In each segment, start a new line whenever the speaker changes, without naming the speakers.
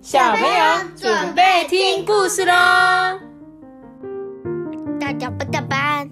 小朋友准备听故事喽！
大家不打班，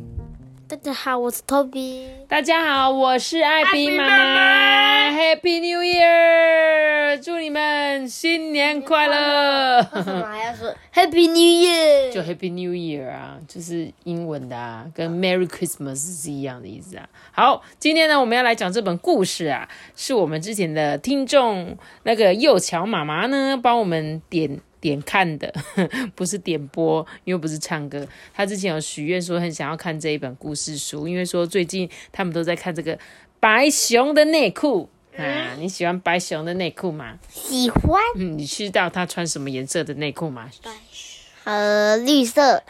大家好，我是 Toby。
大家好，我是艾比妈妈，Happy New Year！祝你们新年快乐！
为 什么还要说 Happy New Year？
就 Happy New Year 啊，就是英文的啊，跟 Merry Christmas 是一样的意思啊。好，今天呢，我们要来讲这本故事啊，是我们之前的听众那个幼乔妈妈呢，帮我们点点看的， 不是点播，因为不是唱歌。她之前有许愿说很想要看这一本故事书，因为说最近他们都在看这个白熊的内裤啊。
嗯
你喜欢白熊的内裤吗？
喜欢
嗯，你知道他穿什么颜色的内裤吗？
呃绿色，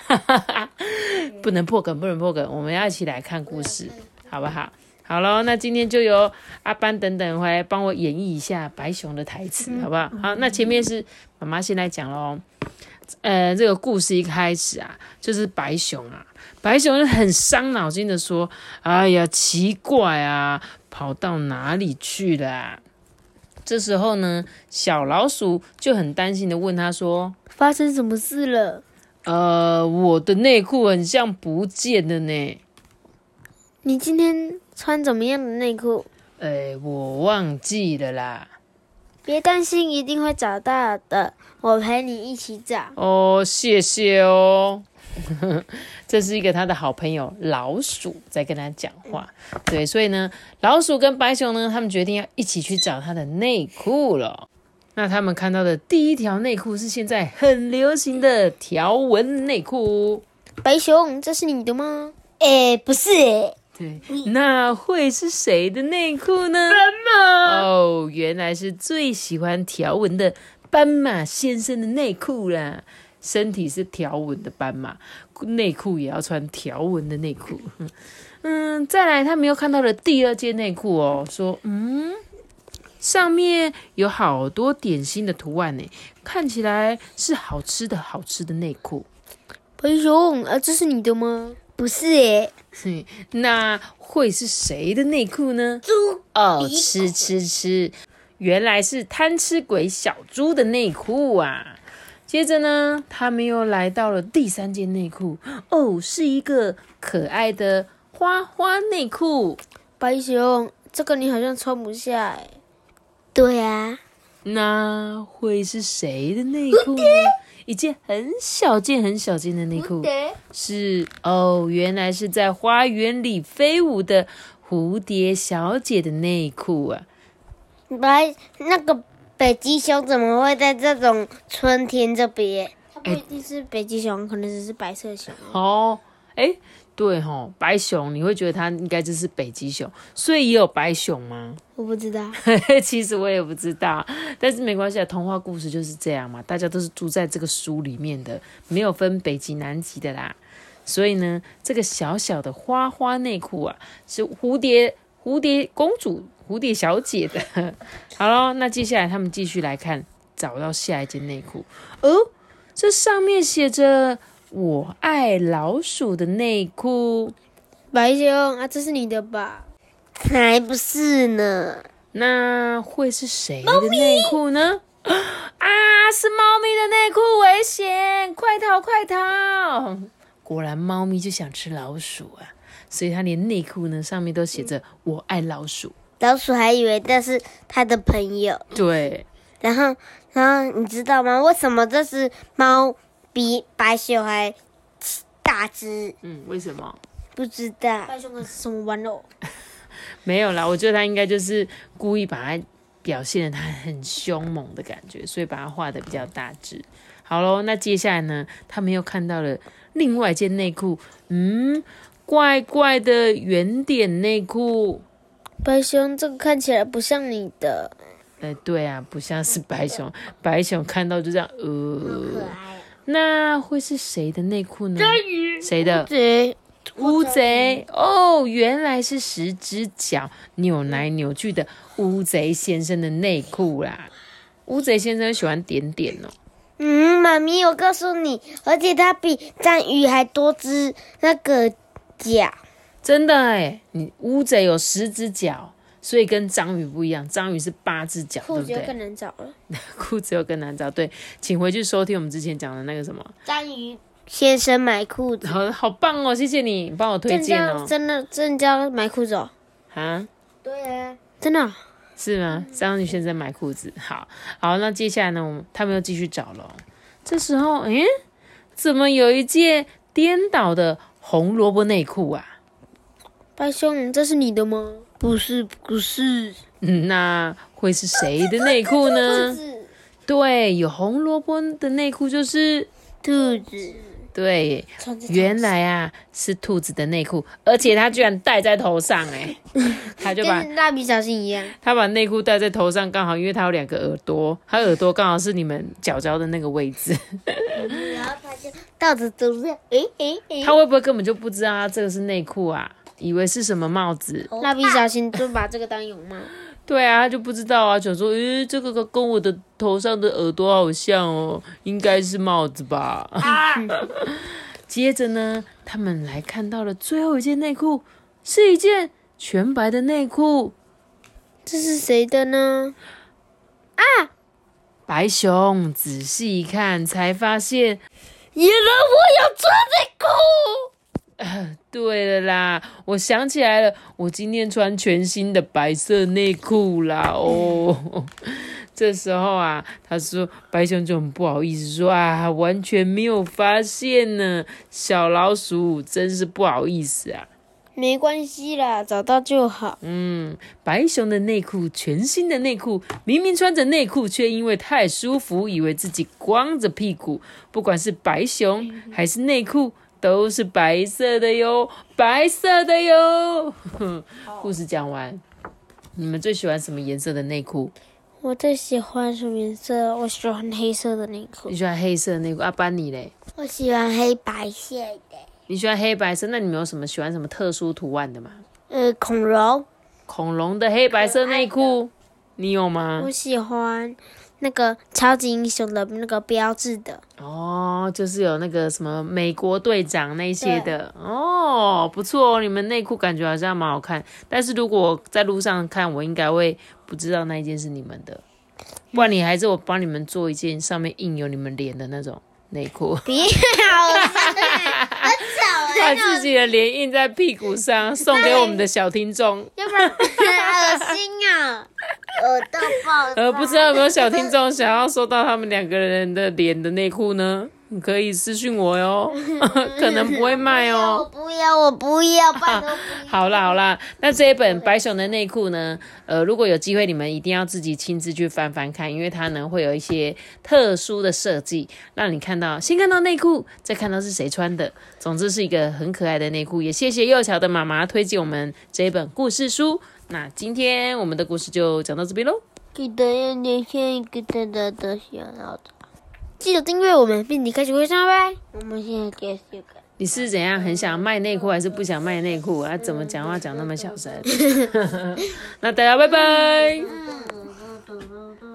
不能破梗，不能破梗，我们要一起来看故事，好不好？好喽，那今天就由阿班等等回来帮我演绎一下白熊的台词，好不好？好，那前面是妈妈先来讲喽。呃，这个故事一开始啊，就是白熊啊，白熊就很伤脑筋的说：“哎呀，奇怪啊，跑到哪里去了啊、这时候呢，小老鼠就很担心的问他说：“
发生什么事了？
呃，我的内裤很像不见了呢。
你今天穿怎么样的内裤？
哎，我忘记了啦。
别担心，一定会找到的，我陪你一起找。
哦，谢谢哦。 这是一个他的好朋友老鼠在跟他讲话，对，所以呢，老鼠跟白熊呢，他们决定要一起去找他的内裤了。那他们看到的第一条内裤是现在很流行的条纹内裤，
白熊，这是你的吗？诶、呃不是诶、
对，那会是谁的内裤呢？斑马哦，原来是最喜欢条纹的斑马先生的内裤啦。身体是条纹的斑马，内裤也要穿条纹的内裤。 嗯，再来，他们又看到了第二件内裤哦，说嗯，上面有好多点心的图案呢，看起来是好吃的好吃的内裤。
白熊，啊，这是你的吗？不是诶、
嘿，那会是谁的内裤呢？猪哦，吃吃吃，原来是贪吃鬼小猪的内裤啊！接着呢，他们又来到了第三件内裤，哦，是一个可爱的花花内裤。
白熊，这个你好像穿不下欸诶、对啊呀、
那会是谁的内裤呢？一件很小件、很小件的内裤。
对，
是哦，原来是在花园里飞舞的蝴蝶小姐的内裤啊！
白那个北极熊怎么会在这种春天这边？它不一定是北极熊，可能只是白色熊。
哦，哎，对吼、白熊，你会觉得它应该就是北极熊，所以也有白熊吗？
我不知道，
其实我也不知道，但是没关系啊，童话故事就是这样嘛，大家都是住在这个书里面的，没有分北极南极的啦。所以呢，这个小小的花花内裤啊，是蝴蝶蝴蝶公主、蝴蝶小姐的。 好了，那接下来他们继续来看，找到下一件内裤。哦，这上面写着“我爱老鼠”的内裤。
白熊啊，这是你的吧？才不是呢！
那会是谁的内裤呢？ 啊，是猫咪的内裤，危险！快逃，快逃！果然，猫咪就想吃老鼠啊，所以它连内裤呢上面都写着“我爱老鼠
老鼠还以为这是它的朋友，”。
对，
然后，然后你知道吗？为什么这只猫比白熊还大只？
嗯，为什么？
不知道。白熊可是什么玩偶？
没有啦，我觉得它应该就是故意把它表现的它很凶猛的感觉，所以把它画的比较大只。好喽，那接下来呢，他们又看到了另外一件内裤，嗯，怪怪的圆点内裤。
白熊这个看起来不像你的，
呃，对啊，不像是白熊，白熊看到就这样，呃，
啊
那会是谁的内裤呢？谁的？
对，
乌贼哦，原来是十只脚扭来扭去的乌贼先生的内裤啦。乌贼先生喜欢点点哦，
嗯，妈咪，我告诉你，而且它比章鱼还多只那个脚。
欸真的哎，你乌贼有十只脚，所以跟章鱼不一样，章鱼是八只脚，对
裤
不
子就
对？
更难找了。
裤子又更难找。对，请回去收听我们之前讲的那个什么，
章鱼先生买裤子，
好好棒哦，谢谢你帮我推
正
荐
教
哦。
真的正教买裤子哦，
啊，
对啊，
真的哦、
是吗？章鱼先生买裤子，好好，那接下来呢，我们他们又继续找了哦。这时候，诶，怎么有一件颠倒的红萝卜内裤啊？
白兄，这是你的吗？不是，不是，
嗯，那会是谁的内裤呢？
是
对，有红萝卜的内裤就是
兔子。
对，
穿着
原来啊是兔子的内裤，而且它居然戴在头上哎、他就把
跟蜡笔小新一样，
他把内裤戴在头上，刚好因为他有两个耳朵，他耳朵刚好是你们脚脚的那个位置，
然后他就
到处都是。诶诶诶，
他会不会根本就不知道他这个是内裤啊？以为是什么帽子？
蜡笔小新就把这个当泳帽。
对啊，他就不知道啊，想说，诶、这个跟我的头上的耳朵好像哦，应该是帽子吧。 接着呢，他们来看到了最后一件内裤，是一件全白的内裤，
这是谁的呢？
白熊仔细一看，才发现，
原来我有穿内裤。
对了啦，我想起来了，我今天穿全新的白色内裤啦。哦， 这时候啊，他说白熊就很不好意思说啊，完全没有发现呢，小老鼠真是不好意思啊。
没关系啦，找到就好。
嗯，白熊的内裤，全新的内裤，明明穿着内裤，却因为太舒服，以为自己光着屁股。不管是白熊还是内裤，都是白色的哟，白色的哟。故事讲完，你们最喜欢什么颜色的内裤？
我最喜欢什么颜色？我喜欢黑色的内裤
你。喜欢黑色的内裤？阿啊班你嘞？
我喜欢黑白线的，
你喜欢黑白色？那你们有什么喜欢什么特殊图案的吗？
呃，恐龙，
恐龙的黑白色内裤，你有吗
我？喜欢那个超级英雄的那个标志的。
哦，就是有那个什么美国队长那些的哦，不错哦，你们内裤感觉好像蛮好看。但是如果在路上看，我应该会不知道那一件是你们的，不然你还是我帮你们做一件上面印有你们脸的那种内裤，
别好，
把自己的脸印在屁股上，送给我们的小听众。
要不然
恶心啊，恶到爆炸！
呃，不知道有没有小听众想要收到他们两个人的脸的内裤呢？你可以私信我哟， 可能不会卖哦。
我不要，我不要，拜托不要。
好啦好啦，那这一本白熊的内裤呢？呃，如果有机会，你们一定要自己亲自去翻翻看，因为它呢会有一些特殊的设计，让你看到先看到内裤，再看到是谁穿的。总之是一个很可爱的内裤。也谢谢幼小的妈妈推荐我们这一本故事书。那今天我们的故事就讲到这边喽，
记得要点下一个大大的小脑子，记得订阅我们，并且开启微信哦，拜拜。我们现在开始看。
你是怎样很想卖内裤，还是不想卖 内裤？啊，怎么讲话讲那么小声？那大家拜拜。
嗯